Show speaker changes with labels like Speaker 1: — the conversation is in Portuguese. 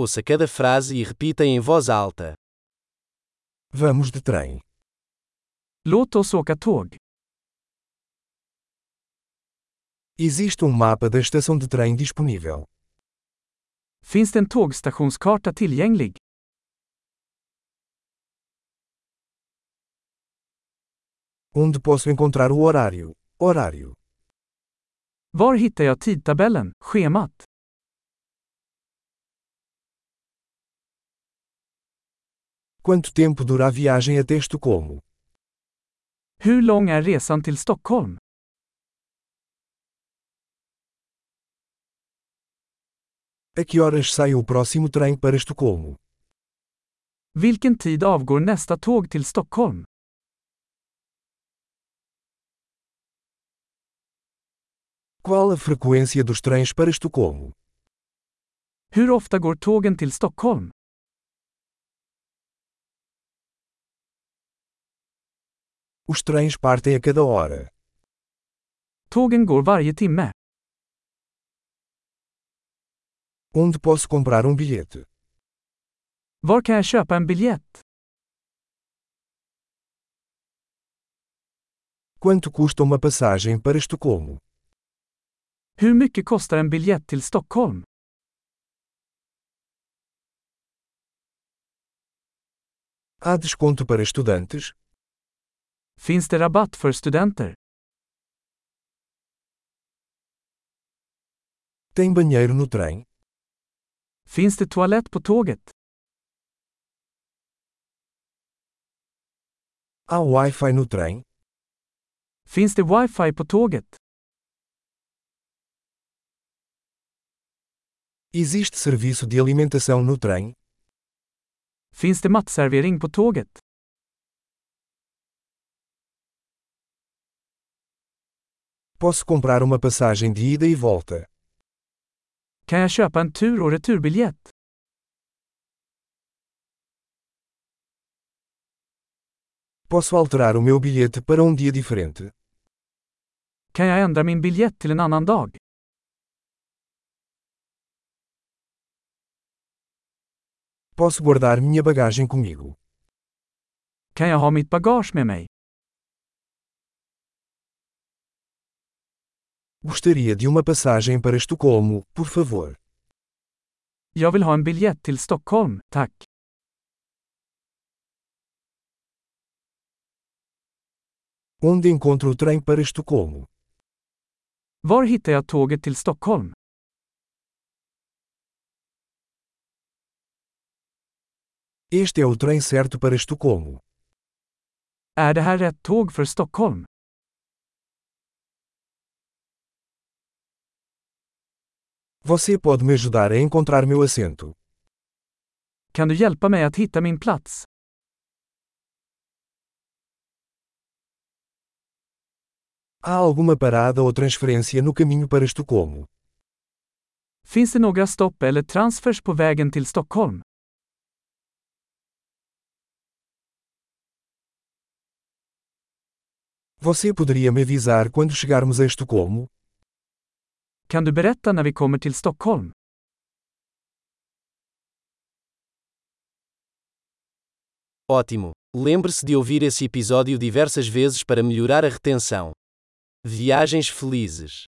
Speaker 1: Ouça cada frase e repita em voz alta.
Speaker 2: Vamos de trem.
Speaker 3: Låt oss åka tåg.
Speaker 2: Existe um mapa da estação de trem disponível.
Speaker 3: Finns det en tågstationskarta tillgänglig?
Speaker 2: Onde posso encontrar o horário? Horário.
Speaker 3: Var hittar jag tidtabellen, schemat?
Speaker 2: Quanto tempo dura a viagem até Estocolmo?
Speaker 3: Hur lång är resan till Stockholm?
Speaker 2: A que horas sai o próximo trem para Estocolmo?
Speaker 3: Vilken tid avgår nästa tåg till Stockholm?
Speaker 2: Qual a frequência dos trens para Estocolmo?
Speaker 3: Hur ofta går tågen till Stockholm?
Speaker 2: Os trens partem a cada hora.
Speaker 3: Tågen går varje timme.
Speaker 2: Onde posso comprar um bilhete?
Speaker 3: Var kan jag köpa en biljett?
Speaker 2: Quanto custa uma passagem para Estocolmo?
Speaker 3: Hur mycket kostar en biljett till Stockholm?
Speaker 2: Há desconto para estudantes?
Speaker 3: Finns det rabatt för studenter?
Speaker 2: Tem banheiro no trem?
Speaker 3: Finns det toalett på tåget?
Speaker 2: Há Wi-Fi no trem?
Speaker 3: Finns det wifi på tåget?
Speaker 2: Existe serviço de alimentação no trem?
Speaker 3: Finns det matservering på tåget?
Speaker 2: Posso comprar uma passagem de ida e volta.
Speaker 3: Kan jag köpa en tur och returbiljett?
Speaker 2: Posso alterar o meu bilhete para um dia diferente.
Speaker 3: Kan jag ändra min biljett till en annan dag?
Speaker 2: Posso guardar minha bagagem comigo.
Speaker 3: Kan jag ha mitt bagage med mig?
Speaker 2: Gostaria de uma passagem para Estocolmo, por favor.
Speaker 3: Jag vill ha en biljett till Stockholm, tack.
Speaker 2: Onde encontro o trem para Estocolmo?
Speaker 3: Var hittar jag tåget till Stockholm?
Speaker 2: Este é o trem certo para Estocolmo.
Speaker 3: Är det här rätt tåg för Stockholm?
Speaker 2: Você pode me ajudar a encontrar meu assento.
Speaker 3: Kan du hjälpa mig att hitta min plats?
Speaker 2: Há alguma parada ou transferência no caminho para Estocolmo?
Speaker 3: Finns det några stopp eller transfers på vägen till Stockholm?
Speaker 2: Você poderia me avisar quando chegarmos a Estocolmo?
Speaker 3: Kan du berätta när vi kommer till Stockholm?
Speaker 1: Ótimo! Lembre-se de ouvir esse episódio diversas vezes para melhorar a retenção. Viagens felizes!